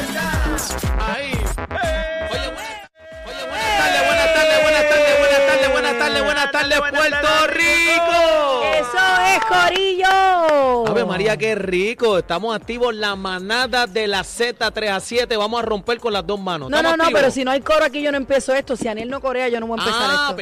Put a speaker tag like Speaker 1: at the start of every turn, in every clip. Speaker 1: Ahí. Oye, buena- oye, buenas tardes, buenas tardes, buenas tardes, buenas tardes, buenas tardes, buenas tardes, Puerto Rico.
Speaker 2: Eso es Corillo.
Speaker 1: Ave María, qué rico. Estamos activos la manada de la Z3 a 7. Vamos a romper con las dos manos.
Speaker 2: No, no,
Speaker 1: ¿Estamos
Speaker 2: no,
Speaker 1: activos?
Speaker 2: pero si no hay coro aquí yo no empiezo esto. Si Aniel no corea yo no voy a empezar
Speaker 1: Ah,
Speaker 2: esto.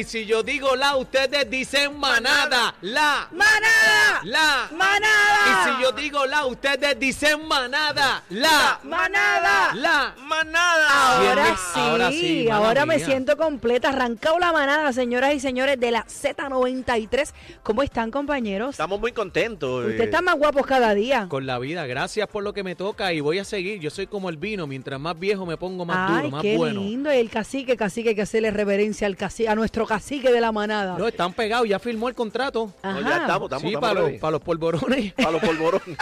Speaker 1: Y si yo digo la, ustedes dicen manada. La,
Speaker 2: ¡Manada!
Speaker 1: la.
Speaker 2: ¡Manada!
Speaker 1: Y si yo digo la, ustedes dicen manada. La,
Speaker 2: ¡Manada!
Speaker 1: la.
Speaker 3: manada.
Speaker 1: Bien,
Speaker 2: Ahora
Speaker 1: bien.
Speaker 2: sí,
Speaker 1: Ahora
Speaker 2: ahora,
Speaker 1: sí, mala
Speaker 2: me
Speaker 1: mía.
Speaker 2: siento completa. Arrancado la manada, señoras y señores de la Z93. ¿Cómo están, compañeros?
Speaker 3: Estamos eh, muy contentos.
Speaker 2: Ustedes están más guapos cada día.
Speaker 1: Con la vida, gracias por lo que me toca y voy a seguir. Yo soy como el vino, mientras más viejo me pongo más
Speaker 2: Ay,
Speaker 1: duro, más
Speaker 2: qué
Speaker 1: bueno.
Speaker 2: lindo. El cacique, cacique, hay que hacerle reverencia al cacique, a nuestro cacique de la manada.
Speaker 1: No, están pegados, ya firmó el contrato.
Speaker 3: No,
Speaker 2: Ajá.
Speaker 3: ya estamos, estamos,
Speaker 1: sí,
Speaker 3: estamos
Speaker 1: para los,
Speaker 3: ready.
Speaker 1: para los polvorones.
Speaker 3: Para los polvorones.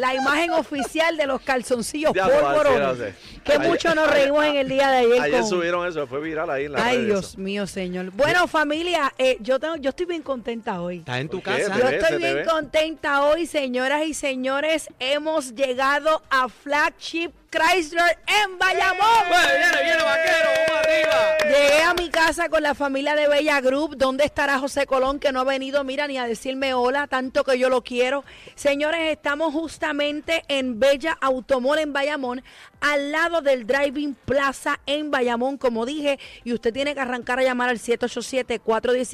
Speaker 2: La imagen oficial de los calzoncillos
Speaker 3: Ya lo sé, ya
Speaker 2: pólvoros.
Speaker 3: lo sé.
Speaker 2: Que
Speaker 3: Ayer-
Speaker 2: mucho nos reímos en el día de ayer.
Speaker 3: Ayer
Speaker 2: con-
Speaker 3: subieron eso, fue viral ahí en la
Speaker 2: Ay, Dios mío, señor. Bueno, familia, eh, yo, tengo, yo estoy bien contenta hoy.
Speaker 1: Estás en tu
Speaker 3: ¿Por Pues, qué?
Speaker 1: casa.
Speaker 2: Yo
Speaker 3: ve,
Speaker 2: estoy
Speaker 3: se te
Speaker 2: bien
Speaker 3: ve.
Speaker 2: contenta hoy, señoras y señores. Hemos llegado a Flagship Chrysler en Bayamón.
Speaker 1: Pues, viene, viene, vaquero, vamos arriba.
Speaker 2: Llegué a mi casa con la familia de Bella Group. ¿Dónde estará José Colón que no ha venido, mira, ni a decirme hola, tanto que yo lo quiero? Señores, estamos justamente en Bella Automol en Bayamón, al lado del Driving Plaza en Bayamón, como dije, y usted tiene que arrancar a llamar al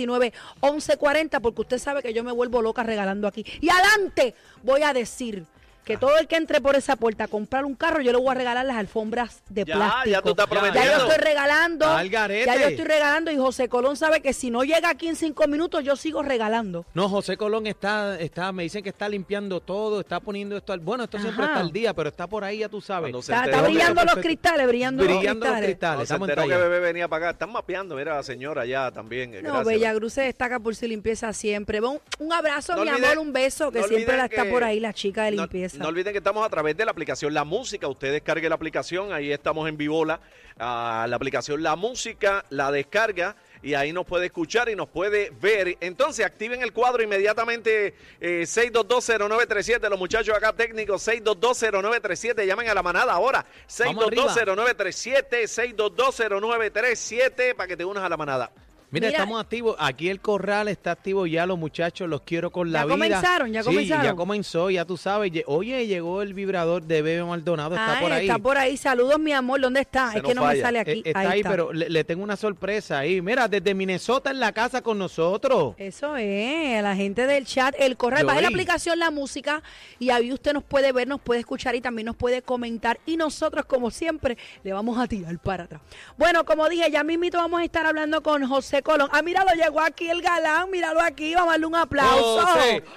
Speaker 2: 787-419-1140 porque usted sabe que yo me vuelvo loca regalando aquí. Y adelante voy a decir que todo el que entre por esa puerta a comprar un carro, yo le voy a regalar las alfombras de
Speaker 3: Ya,
Speaker 2: plástico.
Speaker 3: ya tú estás
Speaker 2: Ya yo
Speaker 3: prometiendo.
Speaker 2: estoy regalando.
Speaker 1: Al garete.
Speaker 2: Ya yo estoy regalando y José Colón sabe que si no llega aquí en cinco minutos, yo sigo regalando.
Speaker 1: No, José Colón está, está, me dicen que está limpiando todo, está poniendo esto al. Bueno, esto siempre
Speaker 2: Ajá.
Speaker 1: está al día, pero está por ahí, ya tú sabes.
Speaker 3: Cuando se
Speaker 2: Está,
Speaker 3: enteró
Speaker 2: está
Speaker 3: que-
Speaker 2: brillando los
Speaker 1: perfecto.
Speaker 2: cristales, brillando,
Speaker 1: Brillando los cristales,
Speaker 3: se
Speaker 1: estamos en
Speaker 3: enteró que
Speaker 1: talla.
Speaker 3: bebé venía para acá. Están mapeando, mira la señora ya también. eh,
Speaker 2: No,
Speaker 3: gracias.
Speaker 2: Bella Cruz se destaca por su limpieza siempre. Un, un abrazo,
Speaker 3: No
Speaker 2: mi
Speaker 3: olviden-
Speaker 2: amor, un beso, que
Speaker 3: no
Speaker 2: siempre la
Speaker 3: olviden
Speaker 2: está
Speaker 3: que-
Speaker 2: por ahí la chica de
Speaker 3: no-
Speaker 2: limpieza.
Speaker 3: No, olviden que estamos a través de la aplicación La Música. Usted descargue la aplicación, ahí estamos en Vivola. Ah, la aplicación La Música la descarga y ahí nos puede escuchar y nos puede ver. Entonces, activen el cuadro inmediatamente eh, 6220937. Los muchachos acá técnicos 6220937. Llamen a la manada ahora.
Speaker 1: Vamos arriba.
Speaker 3: 6220937, 6220937 para que te unas a la manada.
Speaker 1: Mira,
Speaker 2: Mira.
Speaker 1: estamos activos. Aquí el corral está activo ya, los muchachos los quiero con la
Speaker 2: Ya
Speaker 1: vida.
Speaker 2: comenzaron, ya
Speaker 1: Sí,
Speaker 2: comenzaron.
Speaker 1: ya comenzó, ya tú sabes. Lle- Oye, llegó el vibrador de Bebe Maldonado, está
Speaker 2: Ay,
Speaker 1: por ahí.
Speaker 2: Ah, Está por ahí. Saludos, mi amor. ¿Dónde está?
Speaker 3: Se
Speaker 2: es que
Speaker 3: nos
Speaker 2: no me
Speaker 3: falla.
Speaker 2: sale
Speaker 1: Eh,
Speaker 2: aquí.
Speaker 1: está ahí, pero le, le tengo una sorpresa ahí. Mira, desde Minnesota en la casa con nosotros.
Speaker 4: Eh,
Speaker 2: Eso es, a la gente del chat, el correo, baje la
Speaker 1: Joey.
Speaker 2: aplicación La Música y ahí usted nos puede ver, nos puede escuchar y también nos puede comentar y nosotros como siempre le vamos a tirar para atrás. Bueno, como dije, ya mismito vamos a estar hablando con José Colón. Ah, míralo, llegó aquí el galán, míralo aquí, vamos a darle un aplauso.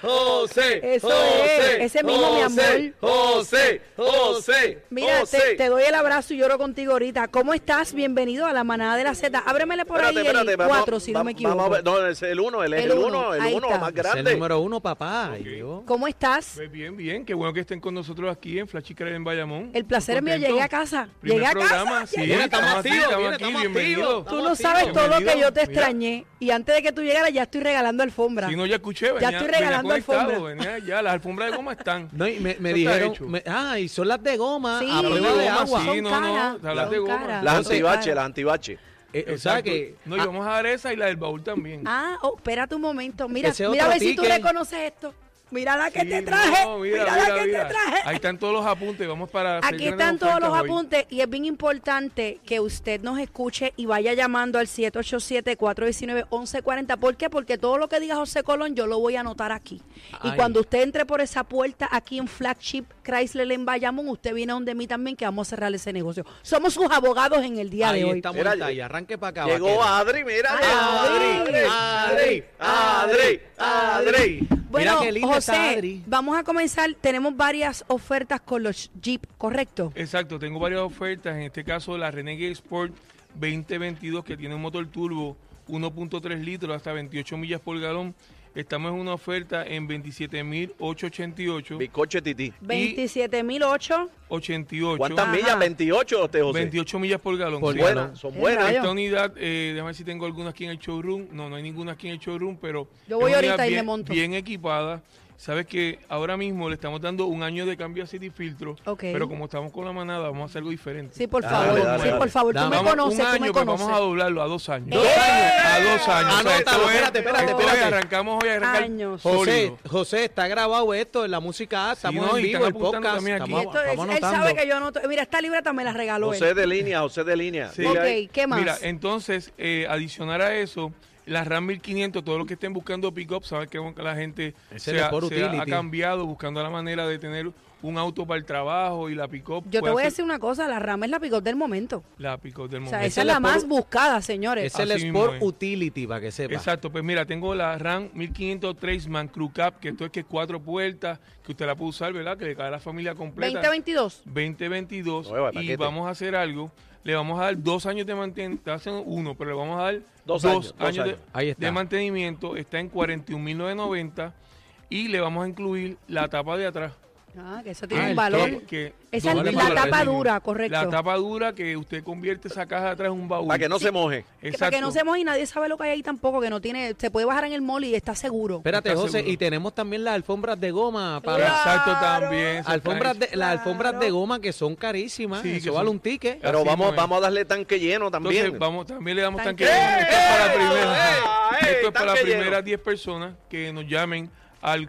Speaker 1: José,
Speaker 2: Eso es, ese mismo, mi amor.
Speaker 1: José, José.
Speaker 2: Mira, te, te doy el abrazo y lloro contigo ahorita. ¿Cómo estás? Bienvenido a la manada de la Z. Ábremele por ahí el
Speaker 3: vamos-
Speaker 2: 4, si no
Speaker 3: va-
Speaker 2: me equivoco.
Speaker 3: vamos a ver. no, es el 1, el,
Speaker 2: El
Speaker 3: el
Speaker 2: uno,
Speaker 3: 1,
Speaker 2: ahí
Speaker 3: el 1
Speaker 2: está.
Speaker 3: más
Speaker 1: Es el
Speaker 3: grande.
Speaker 1: número uno, papá. y yo-
Speaker 2: ¿Cómo estás?
Speaker 4: Pues bien, bien, qué bueno que estén con nosotros aquí en Flash Chica en Bayamón.
Speaker 2: El placer es mío,
Speaker 4: Contento.
Speaker 2: llegué a casa,
Speaker 4: Primer
Speaker 2: llegué a
Speaker 4: programa,
Speaker 2: casa,
Speaker 4: sí,
Speaker 2: llegué
Speaker 1: Mira,
Speaker 2: a
Speaker 4: estamos
Speaker 1: estamos
Speaker 4: aquí,
Speaker 1: activos,
Speaker 4: estamos
Speaker 1: mira,
Speaker 4: aquí,
Speaker 1: estamos
Speaker 4: bienvenido.
Speaker 1: activos.
Speaker 2: Tú
Speaker 1: Estamos
Speaker 2: no sabes
Speaker 1: activos.
Speaker 2: todo lo que
Speaker 4: Bienvenido.
Speaker 2: yo te
Speaker 4: Mira.
Speaker 2: extrañé. Y antes de que tú llegaras, ya estoy regalando alfombra.
Speaker 4: Si no, ya escuché,
Speaker 2: Ya estoy regalando
Speaker 4: venía conectado,
Speaker 2: alfombras.
Speaker 4: venía ya, las alfombras de goma están.
Speaker 1: No, y me, me
Speaker 4: Eso está
Speaker 1: dijeron,
Speaker 4: hecho.
Speaker 1: me- ah, y son las de goma
Speaker 2: Sí.
Speaker 1: a
Speaker 2: Las de
Speaker 1: prueba de
Speaker 4: goma,
Speaker 1: agua. Eh,
Speaker 4: sí. no, no, las de goma.
Speaker 2: Ah,
Speaker 3: Las
Speaker 1: Entonces,
Speaker 3: antibache, las antibache.
Speaker 1: Eh, o sea que
Speaker 4: No,
Speaker 1: ah,
Speaker 4: y vamos a dar esa y la del baúl también.
Speaker 2: Ah, oh, espérate un momento. Mira,
Speaker 1: Ese
Speaker 2: mira a
Speaker 1: otro
Speaker 2: ver si tú
Speaker 1: ticket.
Speaker 2: reconoces esto. Mira la que
Speaker 4: Sí,
Speaker 2: te traje.
Speaker 4: no,
Speaker 2: mira, la que te traje.
Speaker 4: Ahí están todos los apuntes, vamos para... hacer
Speaker 2: Aquí
Speaker 4: grandes
Speaker 2: están todos los
Speaker 4: ofertas hoy.
Speaker 2: apuntes y es bien importante que usted nos escuche y vaya llamando al 787-419-1140. ¿Por qué? Porque todo lo que diga José Colón yo lo voy a anotar aquí. Y
Speaker 1: Ay.
Speaker 2: cuando usted entre por esa puerta aquí en Flagship Chrysler en Bayamón, usted viene donde mí también que vamos a cerrar ese negocio. Somos sus abogados en el día
Speaker 1: ahí
Speaker 2: de hoy.
Speaker 1: estamos
Speaker 3: Mira,
Speaker 1: en talla, arranque para acá.
Speaker 3: Llegó
Speaker 1: vaquero.
Speaker 3: Adri, mira.
Speaker 2: Ay,
Speaker 3: Adri, Adri, Adri, Adri.
Speaker 2: Bueno,
Speaker 1: Mira qué linda
Speaker 2: José,
Speaker 1: está Adri.
Speaker 2: vamos a comenzar. Tenemos varias ofertas con los Jeep, ¿correcto?
Speaker 4: Exacto, tengo varias ofertas, en este caso la Renegade Sport 2022 que tiene un motor turbo 1.3 litros hasta 28 millas por galón. Estamos en una oferta en 27.888.
Speaker 3: Bicoche Tití.
Speaker 2: 27.008.
Speaker 4: 88.
Speaker 3: ¿Cuántas
Speaker 2: Ajá.
Speaker 3: millas? 28, este José.
Speaker 4: 28 millas por galón.
Speaker 3: Son
Speaker 4: sí.
Speaker 3: buenas, son
Speaker 2: Qué
Speaker 3: buenas.
Speaker 2: rayo.
Speaker 4: Esta unidad, eh, déjame ver si tengo alguna aquí en el showroom. No, no hay ninguna aquí en el showroom, pero.
Speaker 2: Yo
Speaker 4: es
Speaker 2: voy
Speaker 4: una
Speaker 2: ahorita
Speaker 4: unidad
Speaker 2: y le
Speaker 4: bien-
Speaker 2: monto.
Speaker 4: Bien equipada. Sabes que ahora mismo le estamos dando un año de cambio a City Filtro.
Speaker 2: Ok.
Speaker 4: Pero como estamos con la manada, vamos a hacer algo diferente.
Speaker 2: Sí, por
Speaker 3: Ah, Dale,
Speaker 2: favor,
Speaker 3: dale,
Speaker 2: sí,
Speaker 3: dale.
Speaker 2: por favor. Tú
Speaker 1: Dame
Speaker 2: me
Speaker 4: Vamos,
Speaker 2: conoces,
Speaker 4: un año,
Speaker 2: tú me
Speaker 4: pero
Speaker 2: conoces.
Speaker 4: vamos a doblarlo a dos años.
Speaker 2: ¡Dos ¡Eh! años!
Speaker 4: A dos años. O sea, esto
Speaker 3: Anótalo,
Speaker 4: es-
Speaker 3: espérate, espérate,
Speaker 4: esto es-
Speaker 3: espérate.
Speaker 4: Arrancamos hoy a arrancar.
Speaker 2: Años.
Speaker 1: José,
Speaker 4: sólido.
Speaker 1: José, está grabado esto en la música A, estamos
Speaker 4: no,
Speaker 1: en
Speaker 4: y
Speaker 1: vivo,
Speaker 4: están
Speaker 1: el
Speaker 4: apuntando
Speaker 1: podcast.
Speaker 4: también aquí.
Speaker 1: estamos-
Speaker 2: Esto es-
Speaker 1: estamos
Speaker 2: él
Speaker 1: anotando.
Speaker 2: sabe que yo anoto. Mira, esta libreta me la regaló
Speaker 3: José
Speaker 2: él.
Speaker 3: de línea, José de línea.
Speaker 4: Sí.
Speaker 3: Dile ahí.
Speaker 2: Ok, ¿qué más?
Speaker 4: Mira, entonces, eh, adicionar a eso, la RAM 1500, todos los que estén buscando pick-up, saben que la gente
Speaker 1: Ese
Speaker 4: se,
Speaker 1: es
Speaker 4: ha,
Speaker 1: por
Speaker 4: se ha- ha
Speaker 1: utility.
Speaker 4: cambiado buscando la manera de tener un auto para el trabajo y la pick-up.
Speaker 2: yo te
Speaker 4: puede
Speaker 2: voy a
Speaker 4: hacer
Speaker 2: decir una cosa, la rama es la pick del momento.
Speaker 4: La pick-up del
Speaker 2: O
Speaker 4: momento.
Speaker 2: sea, esa
Speaker 1: es
Speaker 2: es
Speaker 1: la
Speaker 2: la más
Speaker 1: por-
Speaker 2: buscada, señores.
Speaker 1: Es el
Speaker 4: Así mismo
Speaker 1: Sport
Speaker 4: es.
Speaker 1: Utility, para que sepa.
Speaker 4: Exacto, pues mira, tengo la RAM 1500 Traceman Crew Cab, que esto es que es cuatro puertas, que usted la puede usar, ¿verdad? Que le cae a la familia completa.
Speaker 2: 2022.
Speaker 4: 2022
Speaker 3: Nueva, de
Speaker 4: y
Speaker 3: paquete.
Speaker 4: vamos a hacer algo. Le vamos a dar dos años de mantenimiento, te hacen uno, pero le vamos a dar
Speaker 3: Dos años, dos
Speaker 4: de-
Speaker 3: años.
Speaker 1: Ahí está.
Speaker 4: de mantenimiento. Está en 41.990 y le vamos a incluir la tapa de atrás.
Speaker 2: Ah, que eso tiene
Speaker 1: Ah, el
Speaker 2: un valor.
Speaker 1: top.
Speaker 4: que
Speaker 2: Esa es
Speaker 4: doble
Speaker 1: la
Speaker 4: valor,
Speaker 1: tapa
Speaker 4: señor.
Speaker 2: dura, correcto.
Speaker 4: La tapa dura que usted convierte esa caja de atrás en un baúl.
Speaker 3: Para que no se moje.
Speaker 2: Que para que no
Speaker 4: Exacto.
Speaker 2: se moje y nadie sabe lo que hay ahí tampoco, que no tiene, se puede bajar en el mall y está seguro.
Speaker 1: Espérate,
Speaker 4: ¿Estás
Speaker 1: José,
Speaker 4: seguro?
Speaker 1: y tenemos también las alfombras de goma para...
Speaker 2: Claro.
Speaker 4: Exacto también. eso
Speaker 1: Alfombras
Speaker 4: está
Speaker 1: de, las alfombras de goma que son carísimas,
Speaker 4: Sí, que
Speaker 1: eso vale
Speaker 4: son-
Speaker 1: un ticket.
Speaker 3: Pero
Speaker 4: Así
Speaker 3: vamos,
Speaker 4: mismo es.
Speaker 3: vamos a darle tanque lleno
Speaker 4: Entonces,
Speaker 3: también.
Speaker 4: vamos, también le damos
Speaker 2: Tanque.
Speaker 4: tanque. lleno. Esto es para la
Speaker 3: ¡Eh!
Speaker 4: primera.
Speaker 3: ¡Eh!
Speaker 4: Esto es para las
Speaker 3: Tanque lleno.
Speaker 4: primeras 10 personas que nos llamen al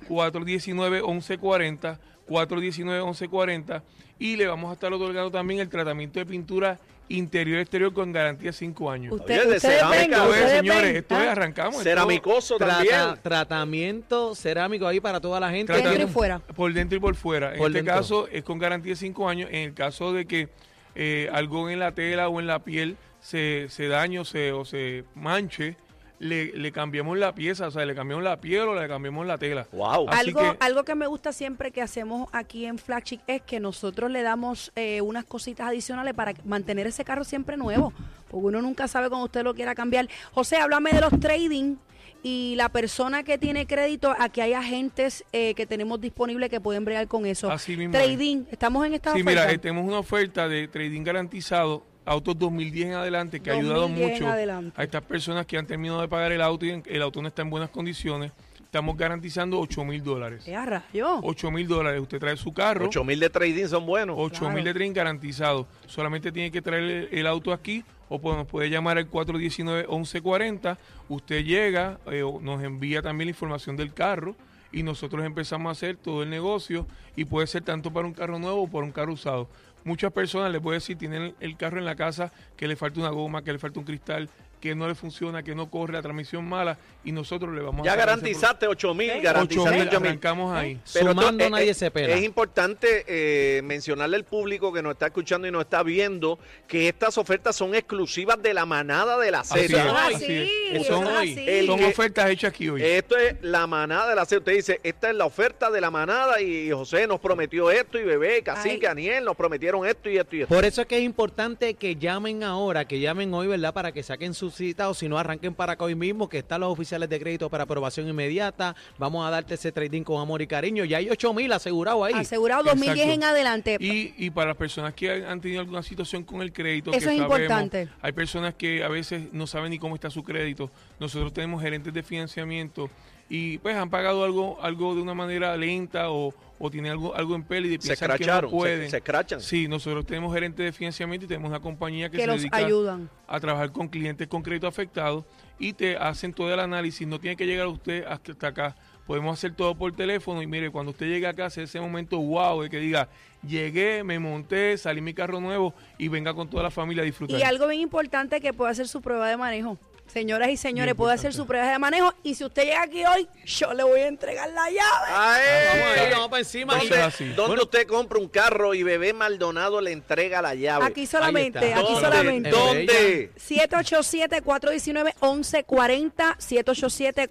Speaker 4: 419-1140, 419-1140, y le vamos a estar otorgando también el tratamiento de pintura interior-exterior con garantía 5 años.
Speaker 2: Usted-
Speaker 3: Oye, de
Speaker 2: ustedes
Speaker 3: cerámica,
Speaker 2: ven,
Speaker 3: Venga,
Speaker 4: esto es,
Speaker 2: ustedes ven,
Speaker 4: señores, esto es,
Speaker 2: ¿ah?
Speaker 4: arrancamos. esto-
Speaker 3: Ceramicoso
Speaker 1: Trata-
Speaker 3: también.
Speaker 1: tratamiento cerámico ahí para toda la gente.
Speaker 2: Dentro
Speaker 1: Tiene
Speaker 2: y
Speaker 1: un-
Speaker 2: fuera.
Speaker 4: Por dentro y por fuera. En
Speaker 1: Por
Speaker 4: este
Speaker 1: dentro.
Speaker 4: caso es con garantía de 5 años. En el caso de que eh, algo en la tela o en la piel se, se dañe o se, o se manche, le, le cambiamos la pieza, o sea, le cambiamos la piel o le cambiamos la tela.
Speaker 3: Wow.
Speaker 4: Así
Speaker 2: algo,
Speaker 4: que-
Speaker 2: algo que me gusta siempre que hacemos aquí en Flagship es que nosotros le damos eh, unas cositas adicionales para mantener ese carro siempre nuevo, porque uno nunca sabe cuando usted lo quiera cambiar. José, háblame de los trading y la persona que tiene crédito, aquí hay agentes eh, que tenemos disponibles que pueden bregar con eso.
Speaker 4: Así mismo es.
Speaker 2: trading, estamos en esta
Speaker 4: Sí,
Speaker 2: oferta?
Speaker 4: mira, eh, tenemos una oferta de trading garantizado, autos 2010 en adelante, que ha ayudado
Speaker 2: 2010 en
Speaker 4: mucho
Speaker 2: adelante.
Speaker 4: a estas personas que han terminado de pagar el auto y en- el auto no está en buenas condiciones. Estamos garantizando 8 mil dólares.
Speaker 2: Eh, a rayo.
Speaker 4: 8 mil dólares. Usted trae su carro.
Speaker 3: 8 mil de trading son buenos.
Speaker 4: 8
Speaker 2: Claro.
Speaker 4: mil de tren garantizado. Solamente tiene que traer el, el auto aquí o pues, nos puede llamar al 419-1140. Usted llega, eh, o nos envía también la información del carro y nosotros empezamos a hacer todo el negocio y puede ser tanto para un carro nuevo o para un carro usado. Muchas personas les puede decir, tienen el carro en la casa, que le falta una goma, que le falta un cristal, que no le funciona, que no corre, la transmisión mala y nosotros le vamos
Speaker 3: Ya
Speaker 4: a...
Speaker 3: garantizaste 8 mil, garantizaste 8
Speaker 4: 8 mil,
Speaker 3: mil.
Speaker 4: arrancamos ahí.
Speaker 1: Sumando
Speaker 3: esto-
Speaker 1: nadie se pela.
Speaker 3: Es importante eh, mencionarle al público que nos está escuchando y nos está viendo que estas ofertas son exclusivas de la manada de la
Speaker 4: Así
Speaker 3: Z.
Speaker 4: es,
Speaker 1: Ah,
Speaker 2: Eso es
Speaker 4: así
Speaker 2: así,
Speaker 4: es.
Speaker 2: eso
Speaker 4: Son,
Speaker 2: es así.
Speaker 3: el
Speaker 4: son
Speaker 3: que-
Speaker 4: ofertas hechas aquí hoy.
Speaker 3: Esto es la manada de la Z. Usted dice, esta es la oferta de la manada y José nos prometió esto y Bebé, y Cacique,
Speaker 2: Ay.
Speaker 3: Aniel nos prometieron esto y esto y esto.
Speaker 1: Por eso es que es importante que llamen ahora, que llamen hoy, ¿verdad? Para que saquen su cita o si no, arranquen para acá hoy mismo, que están los oficiales de crédito para aprobación inmediata. Vamos a darte ese trading con amor y cariño. Ya hay 8 mil asegurado ahí.
Speaker 2: Asegurado 2010 en
Speaker 4: Exacto.
Speaker 2: adelante.
Speaker 4: Y, y para las personas que han- han tenido alguna situación con el crédito,
Speaker 2: Eso
Speaker 4: que
Speaker 2: es
Speaker 4: sabemos,
Speaker 2: importante.
Speaker 4: Hay personas que a veces no saben ni cómo está su crédito. Nosotros tenemos gerentes de financiamiento y pues han pagado algo algo de una manera lenta o, o tienen algo algo en peli y
Speaker 3: Se
Speaker 4: piensan que no
Speaker 3: escracharon,
Speaker 4: pueden.
Speaker 3: se, se escrachan.
Speaker 4: Sí, nosotros tenemos gerentes de financiamiento y tenemos una compañía que,
Speaker 2: que
Speaker 4: se
Speaker 2: los
Speaker 4: dedica
Speaker 2: ayudan.
Speaker 4: a trabajar con clientes con crédito afectado y te hacen todo el análisis. No tiene que llegar usted hasta, hasta acá. Podemos hacer todo por teléfono y mire, cuando usted llegue acá, hace ese momento wow de que diga, llegué, me monté, salí mi carro nuevo y venga con toda la familia a disfrutar.
Speaker 2: Y algo bien importante que puede hacer su prueba de manejo. Señoras y señores,
Speaker 4: Bien
Speaker 2: puede hacer su
Speaker 4: importante.
Speaker 2: prueba de manejo. Y si usted llega aquí hoy, yo le voy a entregar la llave.
Speaker 1: Vamos ahí,
Speaker 3: ¡Ay!
Speaker 1: vamos para encima.
Speaker 4: Eso
Speaker 3: ¿Dónde,
Speaker 4: es así.
Speaker 3: dónde usted compra un carro y Bebé Maldonado le entrega la llave?
Speaker 2: Aquí solamente,
Speaker 1: está.
Speaker 2: aquí
Speaker 3: ¿Dónde?
Speaker 2: solamente.
Speaker 1: Dos.
Speaker 3: ¿Dónde?
Speaker 2: 787-419-1140,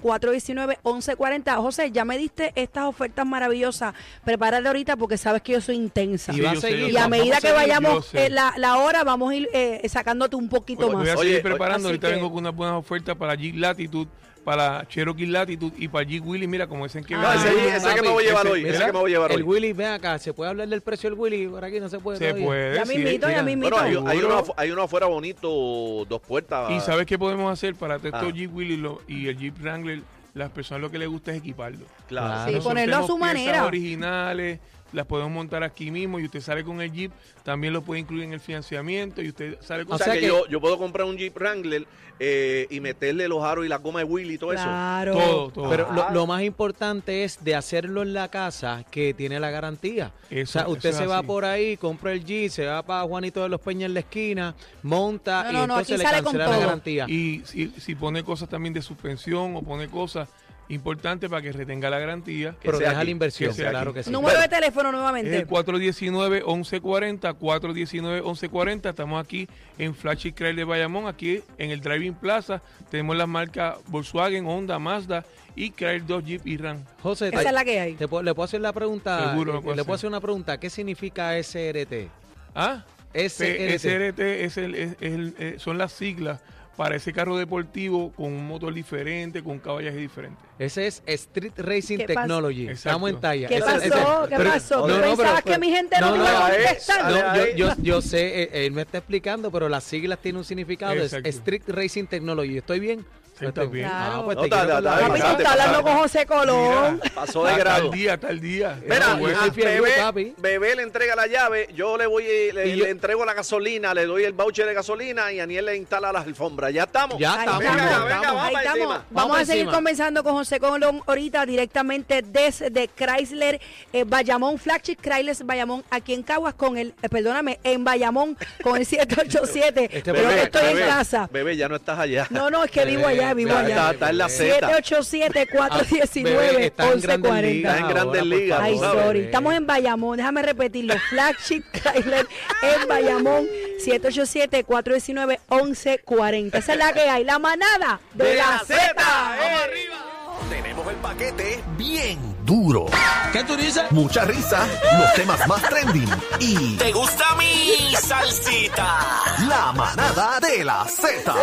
Speaker 2: 787-419-1140. José, ya me diste estas ofertas maravillosas. Prepárate ahorita porque sabes que yo soy intensa.
Speaker 1: Y
Speaker 2: Y,
Speaker 1: va a
Speaker 4: yo sé,
Speaker 1: seguir.
Speaker 4: yo
Speaker 1: y
Speaker 4: sé.
Speaker 2: a
Speaker 1: vamos
Speaker 2: medida
Speaker 4: Vamos a
Speaker 2: que
Speaker 4: seguir, yo
Speaker 2: vayamos
Speaker 4: sé. Pues
Speaker 2: eh, la, la hora, vamos a ir eh, sacándote un poquito
Speaker 4: Voy
Speaker 2: más.
Speaker 4: a
Speaker 3: Oye,
Speaker 4: seguir
Speaker 3: oye,
Speaker 4: preparando,
Speaker 2: así
Speaker 4: ahorita
Speaker 2: que-
Speaker 4: vengo con unas buenas buenas ofertas para Jeep Latitude, para Cherokee Latitude y para Jeep Willy. Mira, como dicen que...
Speaker 3: No, Ah, ese,
Speaker 1: Ay,
Speaker 3: ese que me
Speaker 1: papi,
Speaker 3: voy a llevar
Speaker 4: ese,
Speaker 3: hoy. Ese
Speaker 4: mira,
Speaker 3: que me voy a llevar
Speaker 1: El
Speaker 3: hoy.
Speaker 1: Willy, ve acá, ¿se puede hablar del precio del Willy? Por aquí no se puede.
Speaker 4: Se
Speaker 1: todavía.
Speaker 4: puede.
Speaker 2: Ya
Speaker 4: sí.
Speaker 2: mismito, ya
Speaker 1: mira.
Speaker 2: mismito.
Speaker 3: Bueno, hay, hay
Speaker 4: Seguro.
Speaker 3: uno, afu- hay uno afuera bonito, dos puertas.
Speaker 4: ¿Y sabes qué podemos hacer para todos
Speaker 3: Ah.
Speaker 4: estos Jeep Willy lo- y el Jeep Wrangler? Las personas lo que les gusta es equiparlo.
Speaker 3: Claro.
Speaker 1: Sí,
Speaker 4: Nosotros
Speaker 2: ponerlo a su
Speaker 4: tenemos piezas
Speaker 2: manera.
Speaker 4: originales, las podemos montar aquí mismo y usted sale con el Jeep, también lo puede incluir en el financiamiento y usted sale con...
Speaker 3: O sea,
Speaker 1: sea
Speaker 3: que,
Speaker 1: que-
Speaker 3: yo, yo puedo comprar un Jeep Wrangler eh, y meterle los aros y la goma de Willy y todo eso.
Speaker 2: Claro.
Speaker 4: todo, todo.
Speaker 1: Pero lo, lo más importante es de hacerlo en la casa que tiene la garantía.
Speaker 4: Eso-
Speaker 1: o sea, usted
Speaker 4: eso es
Speaker 1: se va
Speaker 4: así.
Speaker 1: por ahí, compra el G, se va para Juanito de los Peñas en la esquina, monta
Speaker 2: No,
Speaker 1: y
Speaker 2: no, no,
Speaker 1: entonces
Speaker 2: aquí
Speaker 1: le
Speaker 2: sale con
Speaker 1: cancela la
Speaker 2: todo.
Speaker 1: garantía.
Speaker 4: Y si, si pone cosas también de suspensión o pone cosas importantes para que retenga la garantía,
Speaker 3: que
Speaker 1: pero
Speaker 3: sea
Speaker 1: deja
Speaker 3: aquí,
Speaker 1: la inversión,
Speaker 4: que sea
Speaker 1: claro
Speaker 4: aquí.
Speaker 1: que sí.
Speaker 2: Número de teléfono nuevamente.
Speaker 4: es el 419-1140, 419-1140. Estamos aquí en Flashy Crail de Bayamón, aquí en el Driving Plaza. Tenemos las marcas Volkswagen, Honda, Mazda y Crail 2 Jeep y Ram.
Speaker 1: José,
Speaker 2: Esa
Speaker 1: te-
Speaker 2: es la que hay.
Speaker 1: te puedo- le puedo hacer la pregunta. le
Speaker 4: Seguro, lo puedo
Speaker 1: puedo
Speaker 4: hacer.
Speaker 1: hacer una pregunta. ¿Qué significa SRT?
Speaker 4: ¿Ah?
Speaker 1: SRT.
Speaker 4: P- SRT es el- es- es el- eh, son las siglas para ese carro deportivo con un motor diferente, con un caballaje diferente.
Speaker 1: Ese es Street Racing
Speaker 2: ¿Qué pasó?
Speaker 1: Technology. Estamos en
Speaker 4: Exacto.
Speaker 1: talla.
Speaker 2: ¿Qué
Speaker 1: Ese-
Speaker 2: pasó?
Speaker 1: ese-
Speaker 2: ¿Qué
Speaker 1: pero-
Speaker 2: pasó? ¿Tú
Speaker 1: no, no, pero-
Speaker 2: pensabas que
Speaker 1: pero-
Speaker 2: mi gente no,
Speaker 1: no,
Speaker 2: me iba a
Speaker 3: no, eh,
Speaker 2: contestar?
Speaker 3: sale
Speaker 1: No, yo,
Speaker 3: ahí.
Speaker 1: yo- yo sé, eh, él me está explicando, pero las siglas tienen un significado. Es
Speaker 4: Exacto.
Speaker 1: Street Racing Technology. ¿Estoy bien?
Speaker 4: Sí,
Speaker 1: No
Speaker 4: estás bien.
Speaker 1: Ah,
Speaker 2: Claro.
Speaker 1: pues
Speaker 3: No,
Speaker 1: te
Speaker 3: está-
Speaker 1: quiero
Speaker 3: está-
Speaker 1: hablar.
Speaker 2: Papi, tú
Speaker 3: Pasate,
Speaker 2: estás hablando con
Speaker 3: pasate.
Speaker 2: José Colón.
Speaker 4: Mira,
Speaker 3: Pasó de
Speaker 4: tal-
Speaker 3: grado.
Speaker 4: Tal día, tal día.
Speaker 3: Mira,
Speaker 4: Ah, bueno.
Speaker 1: yo soy
Speaker 3: a
Speaker 1: fiel,
Speaker 3: bebé,
Speaker 1: papi.
Speaker 3: Bebé le entrega la llave, yo le voy y le,
Speaker 1: Y yo-
Speaker 3: le entrego la gasolina, le doy el voucher de gasolina y Aniel le instala las alfombras. Ya estamos.
Speaker 1: Ya
Speaker 2: Ahí
Speaker 1: estamos.
Speaker 2: estamos.
Speaker 1: Ah, Venga,
Speaker 3: venga, vamos
Speaker 2: Ahí
Speaker 3: pa'
Speaker 2: estamos.
Speaker 3: encima.
Speaker 2: Vamos
Speaker 1: Vamos
Speaker 2: a seguir
Speaker 1: encima.
Speaker 2: conversando con José Colón ahorita directamente desde Chrysler eh, Bayamón, flagship Chrysler Bayamón, aquí en Caguas con el, eh, perdóname, en Bayamón con el 787.
Speaker 1: Este Eh,
Speaker 2: pero
Speaker 1: bebé,
Speaker 2: estoy
Speaker 3: bebé,
Speaker 2: en casa.
Speaker 3: Bebé, ya no estás allá.
Speaker 2: No, no, es que vivo
Speaker 1: Bebé,
Speaker 2: allá, vivo
Speaker 1: bebé,
Speaker 3: Ya está,
Speaker 2: allá.
Speaker 3: está en la Z.
Speaker 1: Ah,
Speaker 2: 787
Speaker 1: Bebé,
Speaker 2: 419
Speaker 1: está en Grandes
Speaker 2: 1140
Speaker 1: Ligas
Speaker 3: Está en Grandes
Speaker 1: ahora, por
Speaker 3: Ligas,
Speaker 1: favor,
Speaker 2: Ay,
Speaker 3: tú sabes.
Speaker 2: sorry.
Speaker 1: bebé.
Speaker 2: Estamos en Bayamón. Déjame repetirlo. Flagship Chrysler en Bayamón. 787-419-1140. Esa es la que hay. La manada de,
Speaker 3: De
Speaker 2: la,
Speaker 3: la
Speaker 2: Z. eh,
Speaker 3: Zeta, ¡vamos
Speaker 5: Tenemos el paquete bien duro.
Speaker 6: ¿Qué tú dices?
Speaker 5: Mucha risa, los temas más trending y
Speaker 7: ¿Te gusta mi salsita?
Speaker 5: la manada de la Z.